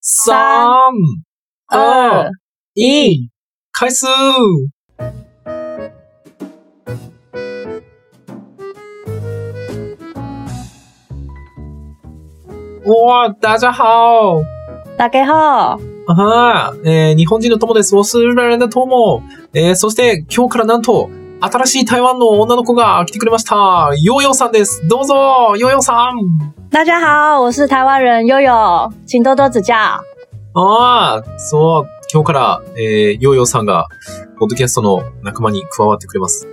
三、二、一，开始。哇，大家好，大家好。あはーえー日本人の友です。オーストラリアの友。えーそして今日からなんと、新しい台湾の女の子が来てくれました。ヨーヨーさんです。どうぞ、ヨーヨーさん。大家好，我是台湾人悠悠，请多多指教。ああ、そう、今日から、えー、ヨーヨーさんが、ポッドキャストの仲間に加わってくれます。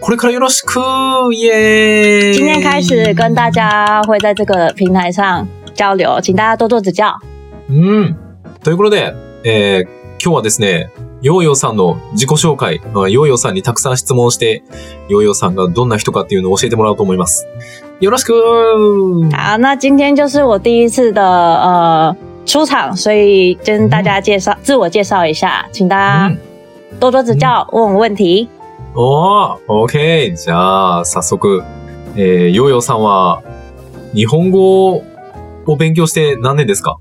これからよろしくイエーイ今天开始跟大家会在这个平台上交流，请大家多多指教。うん。ということで、えー今日はですね、ヨーヨーさんの自己紹介、まあヨーヨーさんにたくさん質問して、ヨーヨーさんがどんな人かっていうのを教えてもらおうと思います。よろしく好，那今天就是我第一次的呃出场，所以跟大家介绍、自我介绍一下，请大嗯家多多指教，问我问题。おー、OK。じゃあ、早速、えー、ヨーヨーさんは、日本語を勉強して何年ですか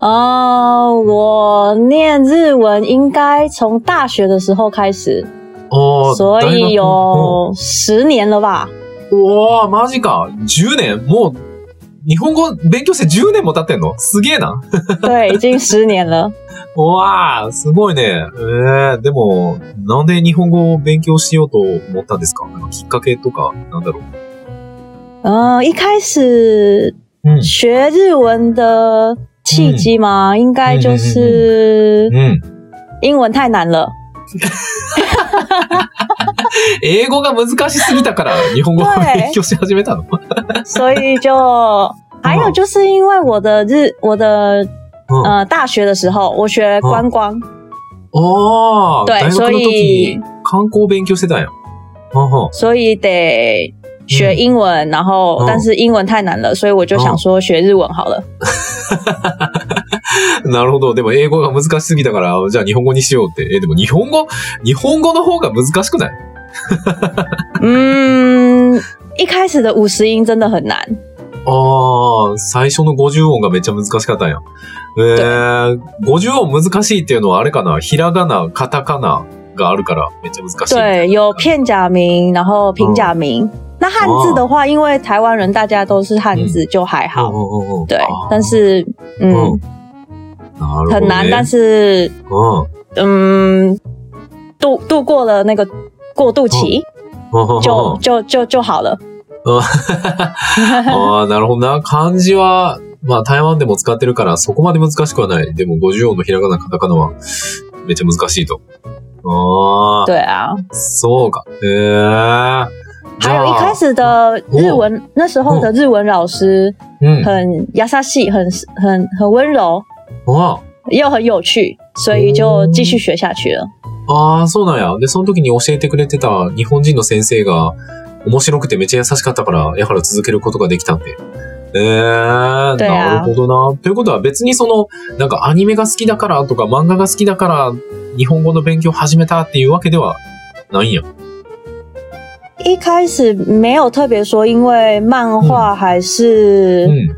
哦，我念日文应该从大学的时候开始，おー所大学の以有十年了吧？おー、マジか。10年もう、日本語勉強して10年も経ってんのすげえな。对，已经十年了。うわー、すごいね。えー、でも、なんで日本語を勉強しようと思ったんですかなんかきっかけとか、なんだろ嗯，一开始う。うん。学日文的契机吗？应该就是うん。英文太难了。英語が難しすぎたから、日本語をはい勉強し始めたの。所以就还有就是因为我的日我的うん。呃大学的时候我学观光，おー、对大学所の時以に観光を勉強してたんや。はんはん所以得学英文，然后嗯但是英文太难了，所以我就想说学日文好了。なるほど。でも英語が難しすぎたから、じゃあ日本語にしようって。え、でも日本語、日本語の方が難しくない嗯，一开始的五十音真的很难。ああ、最初の50音がめっちゃ難しかったんや。えー、50音難しいっていうのはあれかなひらがな、カタカナがあるからめっちゃ難しいみたいな。对，有片假名，然后平假名。那汉字的话，因为台湾人大家都是汉字，就还好。うんうんうんうん。对あー，但是嗯嗯，なるほど、ね。很难，但是うん。嗯，度度过了那个过渡期，哦就就就就好了。ああ、なるほどな。漢字は、まあ台湾でも使ってるからそこまで難しくはない。でも50音のひらがな、カタカナはめっちゃ難しいと。ああ、对啊，そうか。へえ。じ还ゃ有一あ开始的日文，那时候的日文老师うん。很亚萨系，很很很温柔，あ又很有趣，所以就继续学下去了。あー、そうなんや。で、その時に教えてくれてた日本人の先生が面白くてめっちゃ優しかったから、やから続けることができたんで。ええなだよるほどな。ということは別にその、なんかアニメが好きだからとか漫画が好きだから日本語の勉強を始めたっていうわけではないんや。一开始没有特别说，因为漫画还是うん。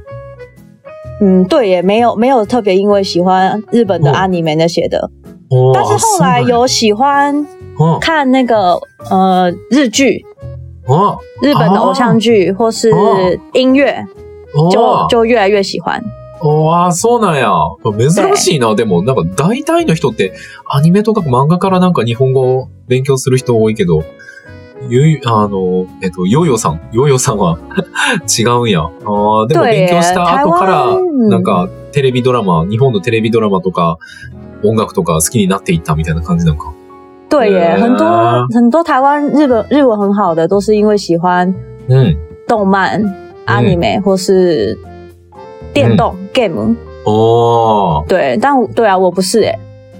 嗯对耶，没有没有特别因为喜欢日本的嗯 anime 那些的，おー但哦是后来。有喜欢あ看那个呃日剧，そうなんや日本的偶像剧或是哦音乐，うん就うん就越来越喜欢。おあ、そうなんや。珍しいな。でも、なんか大体の人って、アニメとか漫画からなんか日本語を勉強する人多いけど、ゆい、あの、えっと、ヨーヨーさん、ヨーヨーさんは 違うんや。ああ、でも对勉強した後から台、湾なんかテレビドラマ、日本のテレビドラマとか、音楽とか好きになっていったみたいな感じなんか。对啊耶，嗯很多很多台湾日本日文很好的都是因为喜欢うん。动漫、anime 或是电动 game。ああ、对，但我对啊，我不是哎，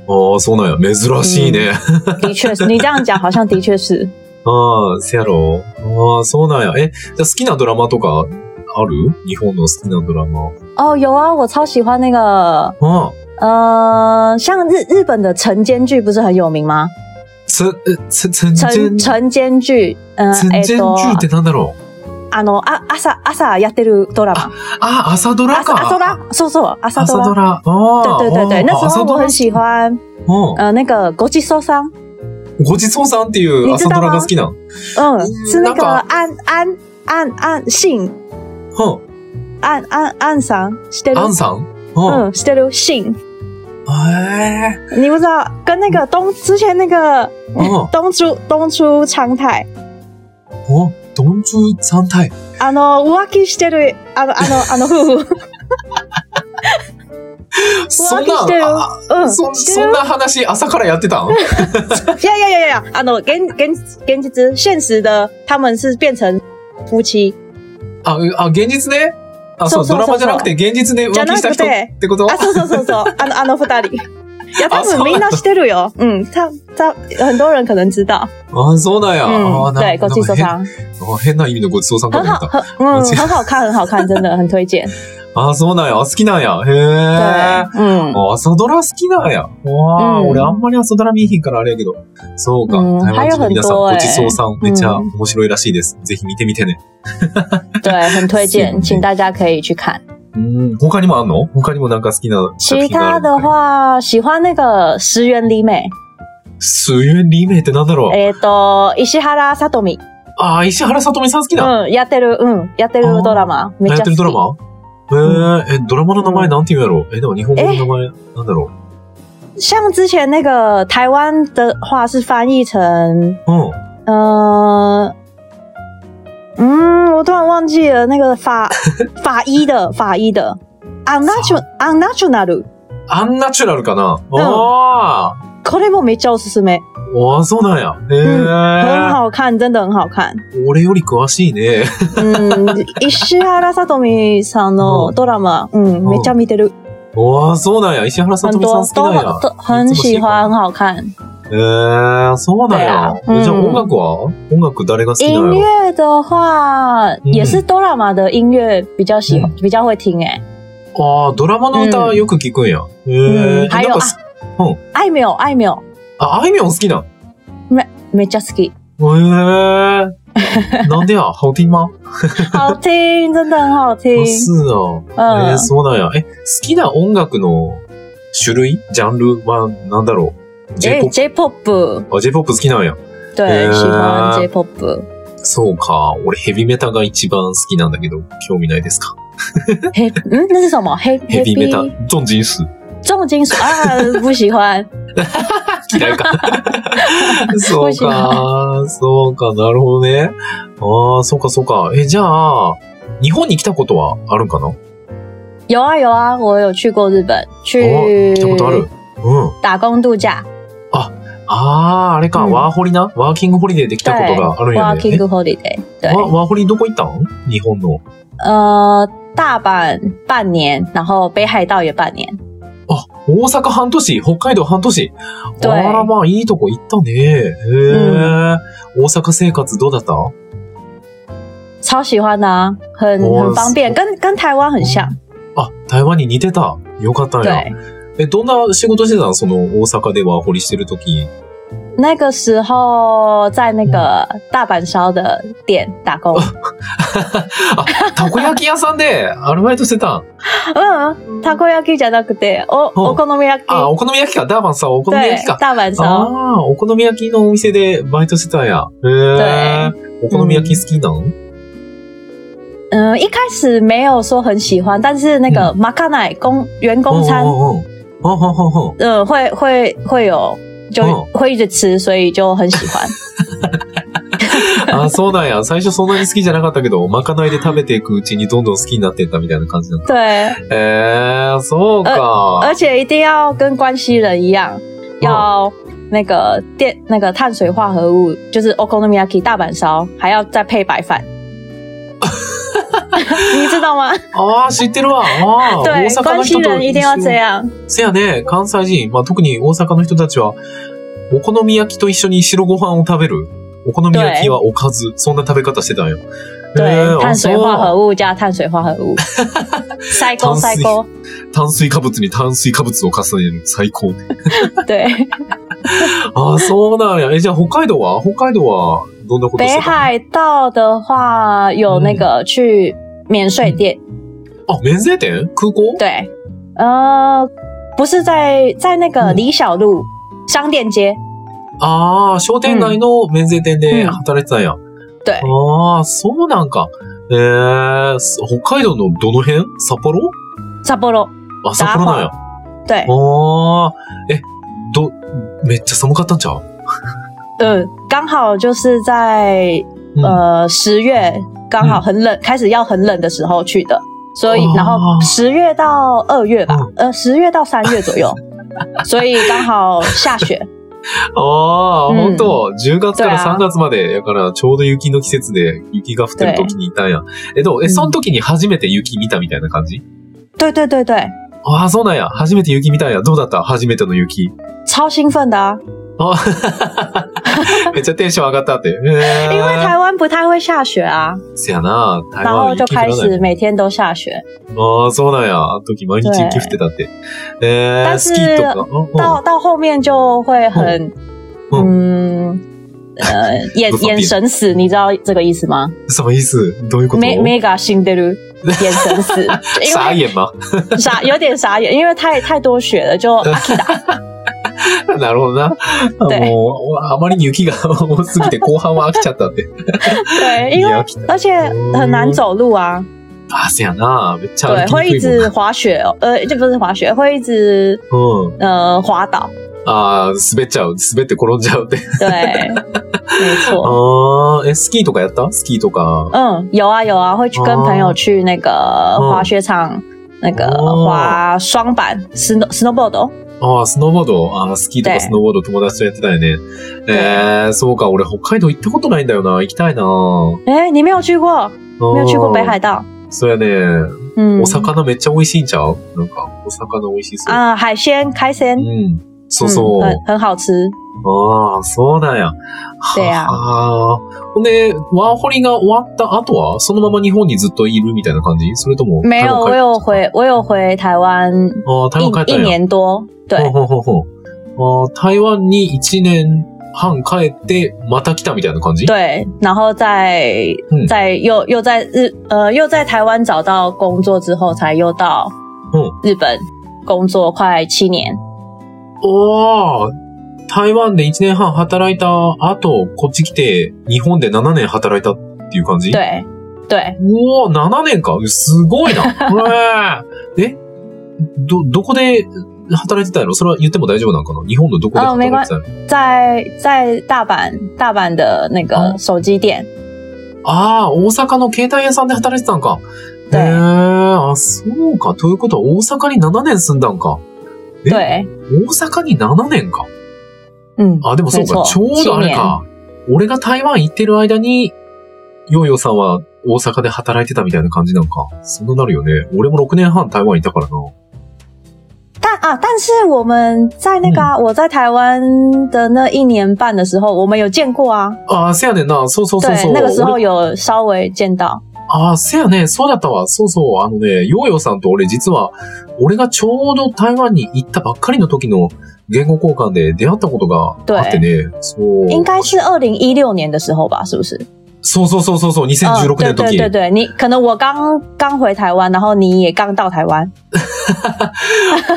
ああ、そうなんや。珍しいね。的确是你这样讲，好像的确是。ああ、せやろ。ああ、そうなんや。え、じゃあ好きなドラマとかある日本の好きなドラマ。 哦，有啊，我超喜欢那个ああ、呃，像日日本的晨间剧不是很有名吗？つ、えつ、つんじん、晨つ晨间剧，嗯、ん哎じんじゅうってなんだろうあの、あ、朝、朝やってるドラマ。啊，阿萨多拉朝、か。朝ドラそうそう、朝阿ド萨多ラ。拉。哦，对对对对，那时阿候萨多我拉很喜欢，嗯，呃，那个国际受伤，ごちそうさんっていう你阿知萨多道吗拉が好きなの。嗯嗯，是那个那个安安安安信う安安安さん，知ってん、アるン？さん。うん。嗯，知ってる信，哎，你不知道，跟那个东之前那个嗯，东出东出昌太。哦，ドンジュさんタイ。あの、浮気してる、あの、あの、あの夫 婦。そん浮気してる嗯な、あうん。そしてそんるな話朝からやってたん？いやいやいやいや、あの、現、現、現実、现实的、他们是变成夫妻。あ、うあ、現実ね。あ、そう、そうそうそドラマうそうじゃなくて現実で浮気した人じゃなくてってことあ、そうそうそ うそう。あの、あの二人。いや、多あそう分みんなしてるよ。うん。嗯他、他、很多人可能知道。あ、そうなんや。うあん。なん对、かごちそうなんかさん。変あ変な意味のごちそうさんか很と思好っ、た。很、嗯我记，得很好看、很好看、真的很推荐。あ、そうなんや。あ好きなんや。 对嗯へえ。。うん。あ朝ドラ好きなんや。わあ、うん俺あんまり朝ドラ見えへんからあれやけど。そうか。うん台湾人の皆さん、早ごい很多ちそうさんめっちゃうん面白いらしいです。ぜひ見てみてね。对、很推是荐。请大家可以去看。うん、他にもあんの他にもなんか好きな作其品があ他る的话、喜欢那个石原里美。水源リメイってなんだろう、えっと、石原さとみ。ああ、石原さとみさん好きなの、うん、やってる、うん、やってあーるドラマ。めっやちっゃて好るドラき。マえー、え、ドラマの名前なんて言うんやろうえ、でも日本語の名前なんだろ像之前那个台湾的话是翻译成，ううん。呃，嗯，我突然忘记了那个法 法医的法医的 unnatural unnatural，アンナチュラルかな、ああこれもめっちゃおすすめ，わあ、そうなんや。很え好看，真的很好看。え俺より詳しいね。 嗯，石原さとみさ んのドラマ，嗯，めっちゃ見てる，わあ、そうなんや。石原さと很みさん多好きな都ん很や。都很喜欢，很好看。ええそうなんや。うんえじゃあ音楽は音楽誰が好きな音の乐的话，也是 Dorama 的音乐比较喜欢，比较会听诶、哎ああ、ドラマの歌よく聞くんや。ええうんはなんよかす、愛没有，爱没有，あ、あいみょん好きなん没 just え k え なんでや好听吗好听，真的很好听あ。是啊。え嗯ー、，そうなんや。え、好きな音楽の種類ジャンルは何だろう哎 ?J-POP、 ，J-pop，あ、J-POP 好きなんや。对，嗯喜欢 J-pop。そうか。俺ヘビメタが一番好きなんだけど、兴味ないですか黑，嗯，那是什么？黑ヘビメタ Happy，重金属。重金属啊，不喜欢。 嫌 いか。そ面うか。そうか。なるほどね。ああ、そうかそうか。え、じゃあ、日本に来たことはあるんかなあ有啊有啊，我有去过日本，去来たことあるうん。打工度假，ああ、あれか。うんワーホリなワーキングホリデーで来对たことがあるんやね。 ，working holiday，え对，ワワーホリどこ行ったん日本の。呃，大阪半年，然后北海道也半年。あ、大阪半年、北海道半年。あ对らまあ、いいとこ行ったね。へえ、大阪生活どうだった超喜欢的啊，很哇很方便，跟跟台湾很像。あ、台湾に似てた。よかったんや。对，え、どんな仕事してたのその大阪でワーホリしてるとき。那个时候在那个大阪烧的店打哦工，あ、たこ焼き屋さんでアルバイトしてたん。嗯，たこ焼きじゃなくて、おうんお好み焼あ、き，お好み焼きか。ダーバンさん、哦啊お好み对焼きか，。哦大阪あ烧，あー、お好み焼きのお店でバイトしてたんや。へえ。お好み焼き好きなの嗯，一开始没有说很喜欢，但是那嗯个马卡奶工员工餐，うんうんうん。うんうんうんうん呃，会会会有就嗯会一直吃，所以就很 喜欢。あ、そうなんや。最初そんなに好きじゃなかったけど、まかないで食べていくうちにどんどん好きになっていったみたいな感じなんだ。对，えー、そうか。而且一定要跟关西人一样，哦要那个电那个碳水化合物，就是 okonomiyaki 大阪烧，还要再配 白饭。你知道吗？ああ、知ってるわ。ああ、哦大对，阪关の西人と人一定要这样。せやね、関西人、まあ、特に大阪の人たちは、お好み焼きと一緒に白ご飯を食べる。お好み焼きはおかず。そんな食べ方してたんよ。哦对，碳水化合物。物加碳水化合 物，塞沟糖塞水沟，炭水化物に炭水化物を重ねる。最高。对， ああ、そうなんや。え、じゃあ北海道は北海道はどんなことして北たの海道的话，有那个去免税店，嗯あ、免税店空港对，呃，不是在在那个嗯李小璐、商店街，ああ、商店街の免税店でうん働いてたんや。对，ああ、そうなんか。えー、す北海道のどの辺札幌札幌，あ、札幌なんや。对，哦ああ、え、ど、めっちゃ寒かったんちゃう嗯，刚好就是在うん呃十月刚好很冷，开始要很冷的时候去的，所以哦嗯然后十月到二月吧，呃十月到三月左 右，所以刚好下雪。ああ、うんほんと、10月からそう3や月まで、やからちょうど雪の季節で雪が降ってる時にいたんや。え、どうえ、うんその時に初めて雪見たみたいな感じ对对对对，ああ、そうなんや。初めて雪見たんや。どうだった初めての雪。超兴奋的啊！あめっちゃテンション上がったって。え因为台湾不太会下雪啊，せやな、呃台然湾后は就雪降开らない始。每天都下雪。ああ、そうなんや。あの時毎日雪降ってたって。えー、但ス是キーとか。うんうん到到后面就会很，嗯，呃，哦眼不方便眼神死，你知道这个意思吗？什么意思どういうこと没 mega 心得噜，眼神 死，因傻为眼吗？傻有点傻眼，因为太太多雪了， 就なるほど な。对もう、あまりに雪が 多すぎて後半は飽きちゃったって。对，い因为や飽きた而且很难走路啊，あ、せやな。めっちゃ对，歩会き一にくい直滑雪哦，呃，这不是滑雪，会一直もん。うん。呃滑倒，ああ、滑っちゃう。滑って転んじゃう って。对，没哦错，ああ、え、スキーとかやったスキーとか。嗯，有啊有啊，会去跟朋友去那个滑雪场。那个哦滑双板 snow snowboard，哦ああ、スノーボード。ああ、スキーとかでスノーボード友達とやってたよね。えー、そうか。俺、北海道行ったことないんだよな。行きたいな。哎，你没有去过？没没有去过北海道？そうやね。嗯お，魚めっちゃ美味しいんちゃうなんか、お魚美味しそう。啊，海鲜海鲜う，ん。そうそう。嗯很很好吃。ああ、そうなんや。せはやあ。ほんで、ワーホリが終わった後は、そのまま日本にずっといるみたいな感じそれとも、没有，我台有湾帰回，我有回台湾ああ、台湾帰った一一んや。年多，对，ほうほうほうほうあー台湾に1年半帰って、また来たみたいな感じ对，然后再嗯再又又在日呃又在台湾找到工作之后，才又到嗯日本工作快七年。おー台湾で1年半働いた後、こっち来て、日本で7年働いたっていう感じ对对，おお、7年か。すごいな。ええ、ど、どこで働いてたんやろそれは言っても大丈夫なんかな日本のどこで働いてたんやろ在在大阪大阪的那个哦手机店，ああ、大阪の携帯屋さんで働いてたんか。へ对え、あ、そうか。ということは大阪に7年住んだんか。え对，大阪に7年か。嗯，あ、でもそうか。没ちょ错うどあれか。俺が台湾行ってる間に、ヨーヨーさんは大阪で働いてたみたいな感じなんか。そんななるよね。俺も6年半台湾いたからな。但啊，但是我们在那个、啊我在台湾的那一年半的时候，我们有见过啊，ああ、せやねんな。そうそうそう对そう。，那个时俺候有稍微见到，ああ、せやね。そうだったわ。そうそう。あのね、ヨーヨーさんと俺実は、俺がちょうど台湾に行ったばっかりの時の言語交換で出会ったことがあってね。そう。应该是二零一六年的时候吧，是不是？そうそうそうそうそう、嗯， 2016年对の对時。对对，你可能我刚刚回台湾，然后你也刚到台湾，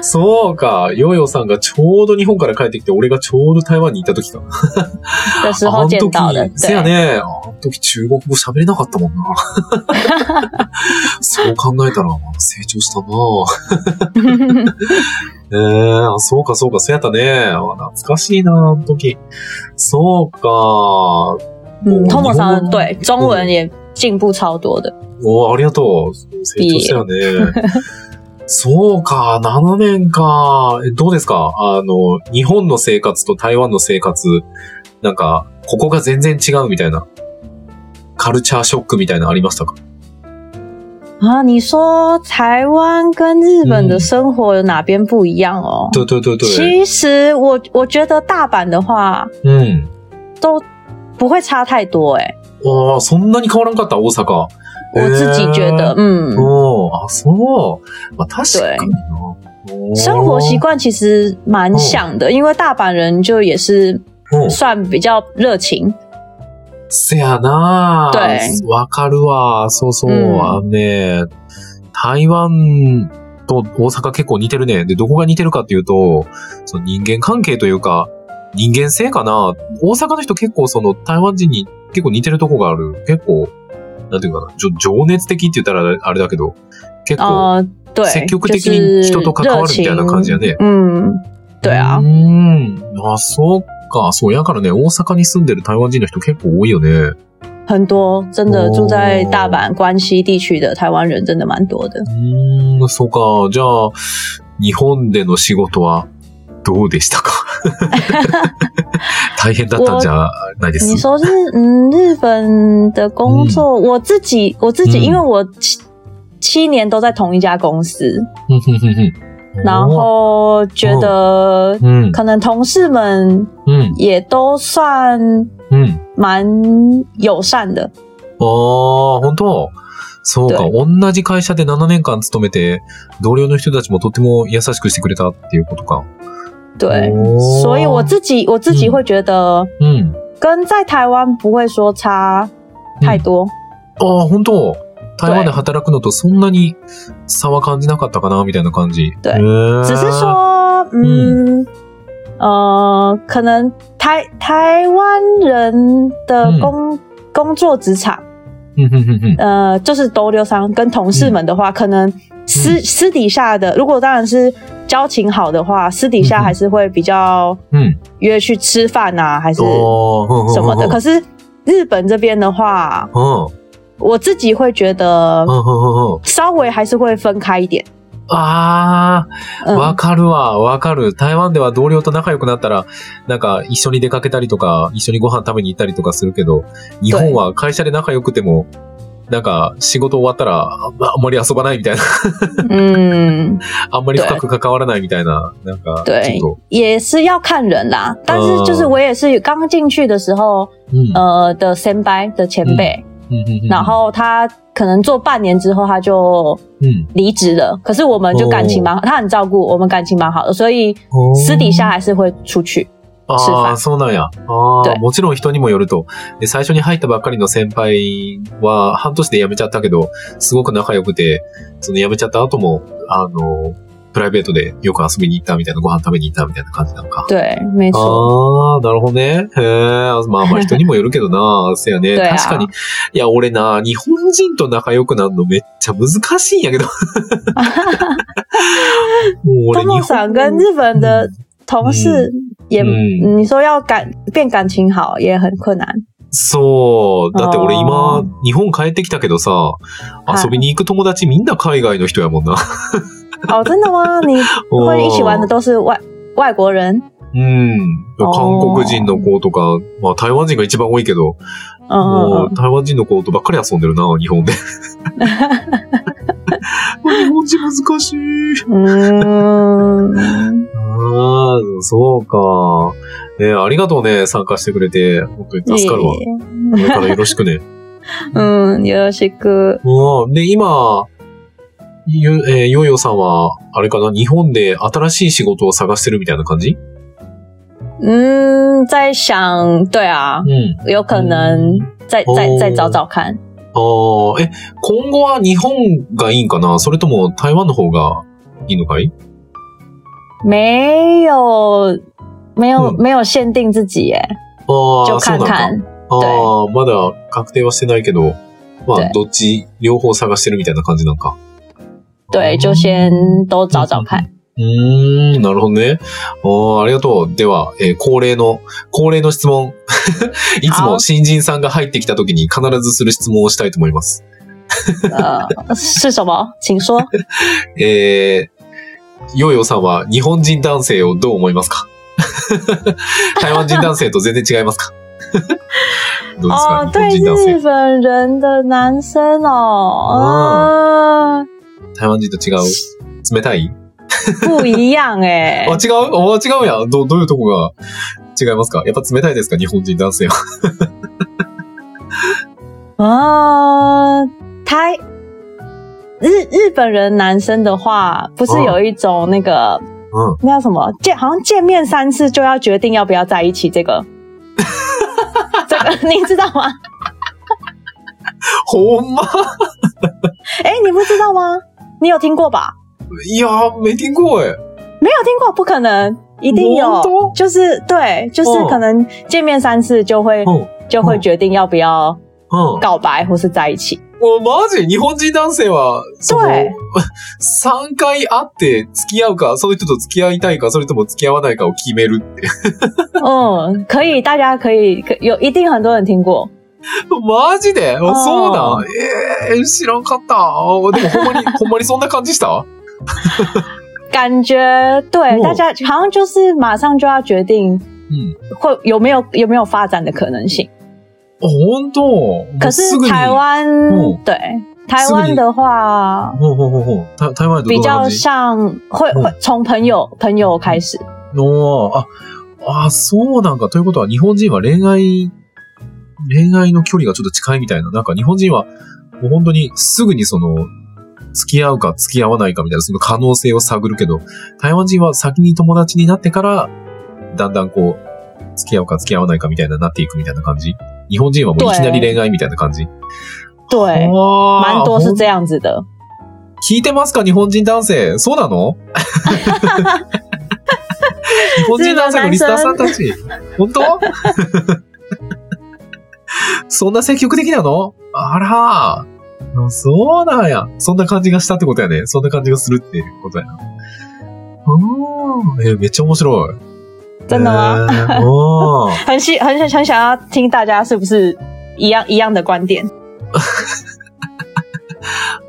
そうか。ヨーヨーさんがちょうど日本から帰ってきて、俺がちょうど台湾に行った時か。的时あ候の见到的，時、せや对ね。あの時中国語喋れなかったもんな。そう考えたら、成長したな。ええあそうかそうか、そうやったね。あ懐かしいな、あの時。そうか。嗯もう t o 日 m 本語对中文也进步超多的，おありがとう。成長したよね。そうか、7年か。えどうですかあの、日本の生活と台湾の生活、なんか、ここが全然違うみたいな、カルチャーショックみたいなのありましたか啊，你说台湾跟日本的嗯生活有哪边不一样哦？对对嗯对对。其实我我觉得大阪的话うん。都不会差太多哎、ああ、そんなに変わらんかった、大阪。我自己觉哎得，嗯，おーあ、そう。まあ、確かにな。おー生活习惯其实蛮哦像的，因为大阪人就也是うん算比较热情，せやな对わかるわ。そうそう。うんあのね、台湾と大阪結構似てるね。で、どこが似てるかっていうと、その人間関係というか、人間性かな大阪の人結構その台湾人に結構似てるとこがある。結構、なんていうかな、じょ情熱的って言ったらあれだけど、結構哦，对，積極就的是に人と関わるみたいな感じやね。嗯，对啊う，ん。あ、そうか。そう。やからね、大阪に住んでる台湾人の人結構多いよね。很多真的哦住在大阪、关西地区的台湾人真的蛮多的。うーん、そうか。じゃあ、日本での仕事はどうでしたか大変だったんじゃないです。你说是嗯，日本的工作，我自己我自己，嗯因为我七七年都在同一家公司，うんうんうんうん然后觉得うん、可能同事们うん、也都算うん。蛮友善的，ああ、本当そうか。同じ会社で7年間勤めて、同僚の人たちもとても優しくしてくれたっていうことか。对，哦所以我自己我自己嗯会觉得うん。跟在台湾不会说差太多，ああ、本当台湾で働くのとそんなに差は感じなかったかなみたいな感じ。对へー只是啊说，嗯，呃，可能台台湾人的嗯工、工作职场，うんうんうんうん呃，就是都流商跟同事们的嗯话，可能私、私底下的，如果当然是交情好的话，私底嗯下哼还是会比较うん。约去吃饭啊，还是哦おー什么的。うん可是日本这边的话，うんうん我自己会觉得うんうんうんうん稍微还是会分开一点，ああ、嗯わ。かるわ、わかる。台湾では同僚と仲良くなったら、なんか一緒に出かけたりとか、一緒にご飯食べに行ったりとかするけど、日本は会社で仲良くても、なんか仕事終わったら、あんまあんまり遊ばないみたいな、嗯あんまり深く関わらないみたいな、なんか、对ちょ也是要看人啦，但是就是我也是刚进去的时候，っと、うん。呃的先輩的前辈，うんうんうん然后他可能做半年之后他就うん离职了，可是我们就感情蛮好，他很照顾我们，感情蛮好的，所以おー私底下还是会出去。吃ああ、飯そうなんや。あ对あ、もちろん人にもよると。で最初に入ったばっかりの先輩は、半年で辞めちゃったけど、すごく仲良くて、その辞めちゃった後も、あの、プライベートでよく遊びに行ったみたいな、ご飯食べに行ったみたいな感じなのか。对，没哦あ错，あ、なるほどね。へえ、まあまあ人にもよるけどな、 せやね。对啊確かに。いや、俺な、日本人と仲良くなるのめっちゃ難しいん やけど。もう多俺梦日想本跟日本的同事也，嗯你说要感变感情好也很困难。そう。だって俺あ今ー、日本帰ってきたけどさ、い遊びに行く友達みんな海外の人やもんな。 哦，真的吗？你会一起玩的哦都是外外国人？うん。韓国人の子とか、まあ台湾人が一番多いけど、嗯嗯も嗯う。台湾人の子とばっかり遊んでるな、日 本で。日本人難しい。嗯，ああ、そうか。ねありがとうね、参加してくれて。本当に助かるわ。これからよろしくね。嗯，よろしく。うん。で、今、ゆ、えーヨーヨーさんは、あれかな、日本で新しい仕事を探してるみたいな感じ嗯，在想，对啊，うん。有可能再再哦再找找看。ああ、え、今後は日本がいいんかなそれとも台湾の方がいいのかい没有，没有，嗯啊没有限定自己耶，あ就あ、そう看なんか。看。ああ、まだ確定はしてないけど、まあ对、どっち、両方探してるみたいな感じなんか。对，就先都找找看。うーん、なるほどね。ああ、ありがとう。では、えー恒例の、恒例の質問。 いつも新人さんが入ってきた時に必ずする質問をしたいと思います。呃，是什么？请说。えー、ヨーヨーさんは日本人男性をどう思いますか 台湾人男性と全然違いますか どうですか、哦，日本对人男日性。本人的男生哦，啊，台湾人と違う冷たい不一样哎 あ、。違うあ、違うやん。ど、どういうとこが違いますかやっぱ冷たいですか日本人男性は。啊，台日日本人男生的话，不是嗯有一种那个、うん。那叫什么见，好像见面三次就要决定要不要在一起这个，这个你知道吗？ほんま哎、你不知道吗？你有听过吧？いやー、没听过哎。没有听过，不可能，一定我都有。就是对，就是哦可能见面三次就会、うん。うん。就会决定要不要告白或是在一起。もうマジ日本人男性は、その、 对3回会って付き合うか、その人と付き合いたいか、それとも付き合わないかを決めるって。嗯，可以，大家可以，可有一定很多人听过。マジであんそうなんえー、知らんかった。あでもほんまに、 ほんまにそんな感じした感觉对哦大家好像就是马上就要决定うん。会有没有有没有发展的可能性。あ、ほんともう可是すぐに台湾、哦对台湾的话，ほうほうほうほう。た台湾やとど比んな较感じ像会哦会从朋友朋友开始。おーあ、あ、そうなんか。ということは、日本人は恋愛、恋愛の距離がちょっと近いみたいな。なんか日本人は、もう本当にすぐにその、付き合うか付き合わないかみたいな、その可能性を探るけど、台湾人は先に友達になってから、だんだんこう、付き合うか付き合わないかみたいななっていくみたいな感じ。日本人はもういきなり恋愛みたいな感じ。对，わー蛮多是ほん这样子的。聞いてますか日本人男性。そうなの日本人男性のリスナーさんたち。本当そんな積極的なのあらあそうなんや。そんな感じがしたってことやね。そんな感じがするっていうことやな。うん。えーめっちゃ面白い。真的吗？えーおー很希很想很想要听大家是不是一样一样的观点？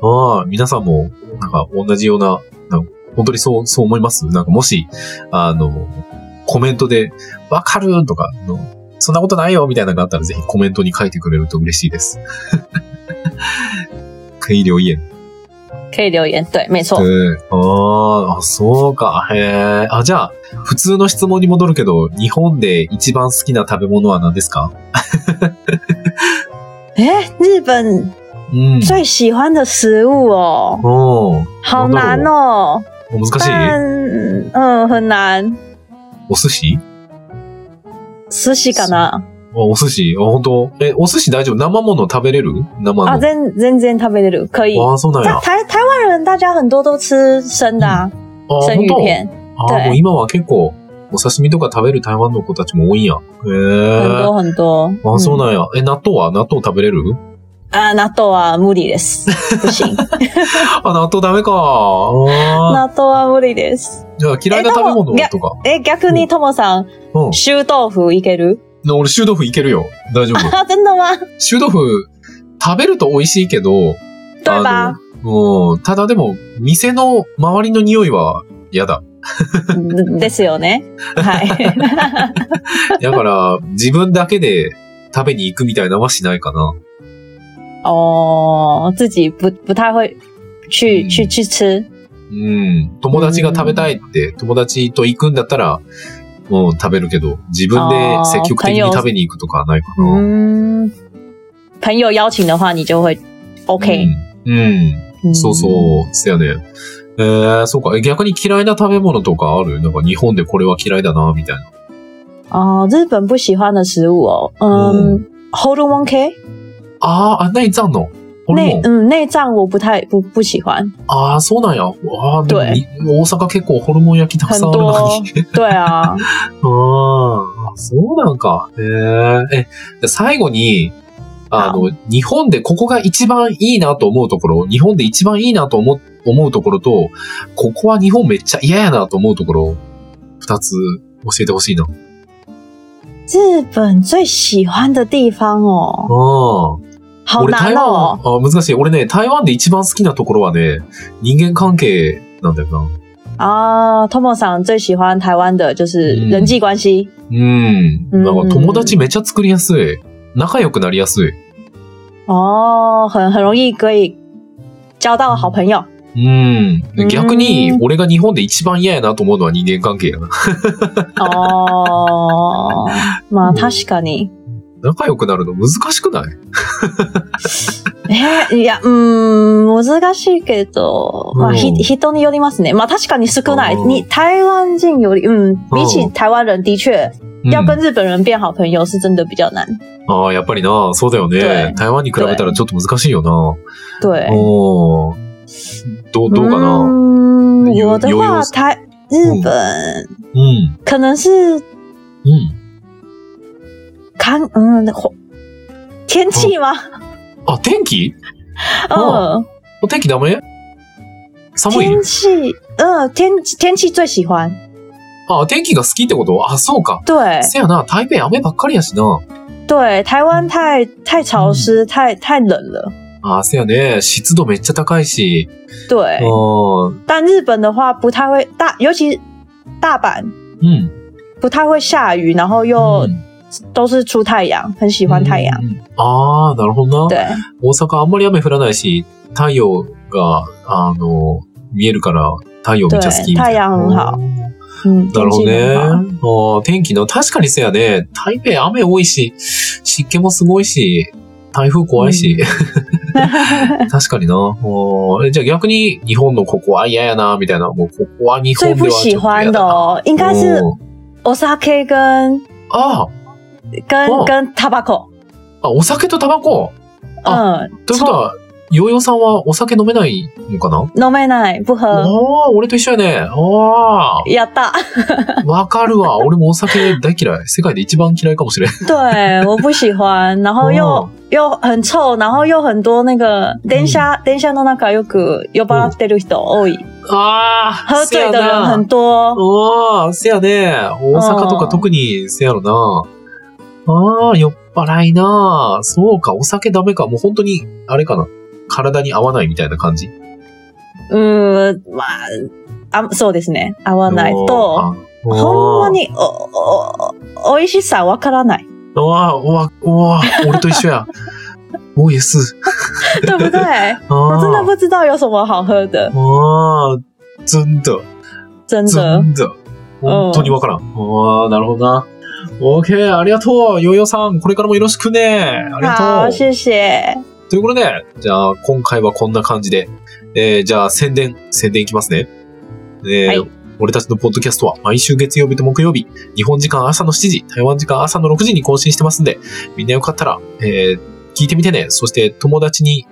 ああ、皆さんも、なんか、同じような、なんか本当にそう、そう思いますなんか、もし、あの、コメントで、わかるとか、あのそんなことないよみたいなのがあったら、ぜひコメントに書いてくれると嬉しいです。 可以留言。可以留言，对，没错，うんあーあ、そうか。へえ。あ、じゃあ、普通の質問に戻るけど、日本で一番好きな食べ物は何ですか哎、日本うん。最喜欢的食物哦，おー好难哦。難しい但嗯，很难。お寿司寿司かなあお寿司あ、本当え、お寿司大丈夫生もの食べれる生の。啊，全全然食べれる，可以。ああ、そうなん在や。あ台台湾人大家很多都吃生的あ、啊，生本鱼当片，ああ、对もう今は結構、お刺身とか食べる台湾の子たちも多いんや。へ很え。多很多。ああ、そう嗯なんや。え、納豆は納豆食べれる啊，纳豆啊，無理です。 不行，あ、納豆ダメか。ああ。纳豆は無理です。じゃあ嫌いな食べえで物もとか。え、逆にともさん、うん。臭豆腐いける？な俺、臭豆腐いけるよ。大丈 夫。啊，真的吗？臭豆腐、食べると美味しいけど、对あ吧？のうん。ただでも、店の周りの匂いは嫌だ。嗯ですよね。 はい。 だから、自分だけで食べに行くみたいなのはしないかな。哦，自己不不太会去嗯去去吃。うん。友達が食べたいって、友達と行くんだったら、うん、食べるけど、自分で積極的に食べに行くとかはないかな。嗯，朋友邀请的话，你就会 OK。うん。うん嗯そうそう、そうやね。えー、そうか。え逆に嫌いな食べ物とかあるなんか日本でこれは嫌いだな、みたいな。哦，日本不喜欢的食物哦，嗯，喉咙 OK，哦あー、あ、内脏の。ホルモ内ン。嗯内脏我不太不不喜 欢，あー、そうなんや。あー、でも对に大阪結構ホルモン焼きたくさんあるのに。对 あ啊，ー、そうなんか。えー、え、じゃあ最後に、あの、日本でここが一番いいなと思うところ、日本で一番いいなと思う思うところと、ここは日本めっちゃ嫌やなと思うところ、二つ教えてほしいな。日本最喜欢的地方あ哦，ー。好俺难台湾哦，あ、難しい。俺ね、台湾で一番好きなところはね、人間関係なんだよな。啊 t o m o 桑最喜欢台湾的就是嗯人际关系，うん。うんなんか友達めっちゃ作りやすい。仲良くなりやすい。哦，很很容易可以交到好朋友。うん。うん逆に、俺が日本で一番嫌やなと思うのは人間関係やな。哦， まあうん確かに。仲良くなるの難しくないえ、いや、うーん、難しいけど、まうあ、んひ、人によりますね。まあ、確かに少ない。うんに、台湾人より、うん、比起うん台湾人的确うん要跟日本人变好朋友是真的比较难。ああ、やっぱりな、そうだよね对。台湾に比べたらちょっと難しいよな。对，おーどう、どうかな嗯有我的有有话，台日本うん。可能是うん。看嗯火天气吗？あ、天気嗯，お天気ダメ寒い天气，嗯天天气最喜欢。あ、天気が好きってことあ、そうか。对せやな、台北雨ばっかりやしな。对，台湾太太潮湿，太太冷了。あ、せやね、湿度めっちゃ高いし。对，うん。但日本的话不太会大，尤其大阪うん。不太会下雨，然后又うん都是出太阳，很喜欢太阳。うんうんうんああ、なるほどな。对大阪あんまり雨降らないし、太陽が、あの、見えるから、太陽めっちゃ好きみたいな。对太陽很好な嗯，天るほど气ね。很あ好。ー天気の、確かにせやね、台北雨多いし、湿気もすごいし、台風怖いし。 確かにな。おーえじゃあ逆に日本のここは嫌やな、みたいな。もうここは日最本で不はち喜ょっと嫌だ欢的な。哦，应该是おー Osaka 跟あー跟、哦跟 Tabaco，あ、お酒とタバコ。啊嗯，ということは、ヨーヨーさんはお酒飲めないのかな No Man I 不あ喝，あ、俺と一緒やね。ああ。要大。 わかる わ。俺もお酒大嫌い。世界で一番嫌いかもしれん。对，我不喜欢，然后又、哦嗯又很臭，然后又很多那个电下电下の中よく呼ばれてる人多い，ああ、喝せ醉や的人な很。多。ああ、せやね。大阪とか特にせやろな。ああ、酔っ払いな。そうか、お酒ダメか。もう本当に、あれかな。体に合わないみたいな感じ。うん、まあ、あ、そうですね。合わないと、あーほんま。におおお美味しさわか らない。あーあー、うわ、うわ、俺と一 緒や。おいす。对不对？あ我真的あ、不知道有什么好喝的，ああ、ずんだ。真的。真的。本当にわからん。ああ、なるほどな。OK、ありがとう。ヨーヨーさん、これからもよろしくね。ありが好，と谢谢。う。ということで、じゃあ、今回はこんな感じで、えーじゃあ、宣伝、宣伝いきますね。えーはい俺たちのポッドキャストは毎週月曜日と木曜日、日本時間朝の7時、台湾時間朝の6時に更新してますんで、みんなよかったら、えー聞いてみてね。そして、友達に、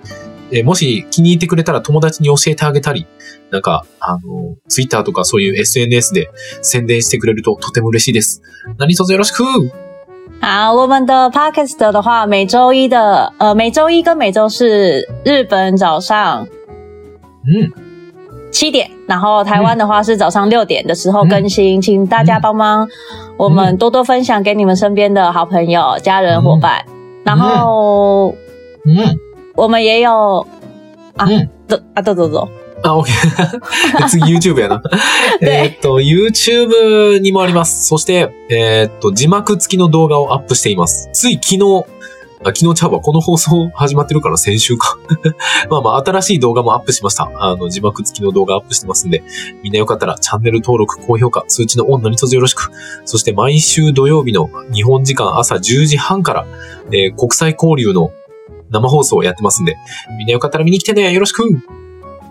えーもし気に入ってくれたら友達に教えてあげたり、なんか、あの、ツイッターとかそういう SNS で宣伝してくれるととても嬉しいです。何卒よろしく好，我们的 podcast 的话，每周一的呃，每周一跟每周四日本早上うん。七点，然后台湾的话是早上六点的时候嗯更新，请大家帮忙我们多多分享给你们身边的好朋友、家嗯人、伙伴。然后うん。我们也有啊嗯，走啊走走走， あ、OK。次 YouTube やな。でえーっと、YouTube にもあります。そして、えーっと、字幕付きの動画をアップしています。つい昨日、あ昨日ちゃうわ、この放送始まってるから先週か。 まあまあ、新しい動画もアップしました。あの、字幕付きの動画アップしてますんで、みんなよかったらチャンネル登録、高評価、通知のオン何卒よろしく。そして毎週土曜日の日本時間朝10時半から、えー国際交流の生放送をやってますんで、みんなよかったら見に来てね。よろしく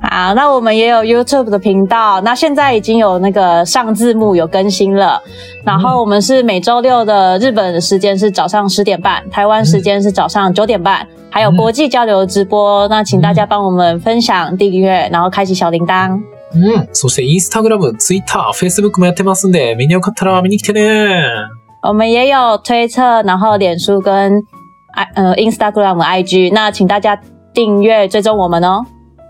好，那我们也有 YouTube 的频道，那现在已经有那个上字幕有更新了。然后我们是每周六的日本时间是早上十点半，台湾时间是早上九点半，还有国际交流直播。那请大家帮我们分享、订阅，然后开启小铃铛。うん。そして、インスタグラム、ツイッター、フェイスブックもやってますんで、みんなよかったら見に来てね。我们也有推特，然后脸书跟 i 呃 Instagram、IG，那请大家订阅追踪我们哦。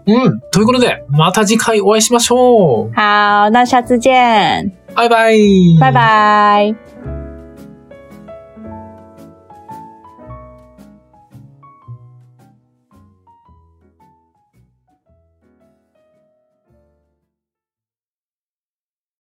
うん。ということで、また次回お会いしましょう。好，那下次见，バイバイ。拜拜。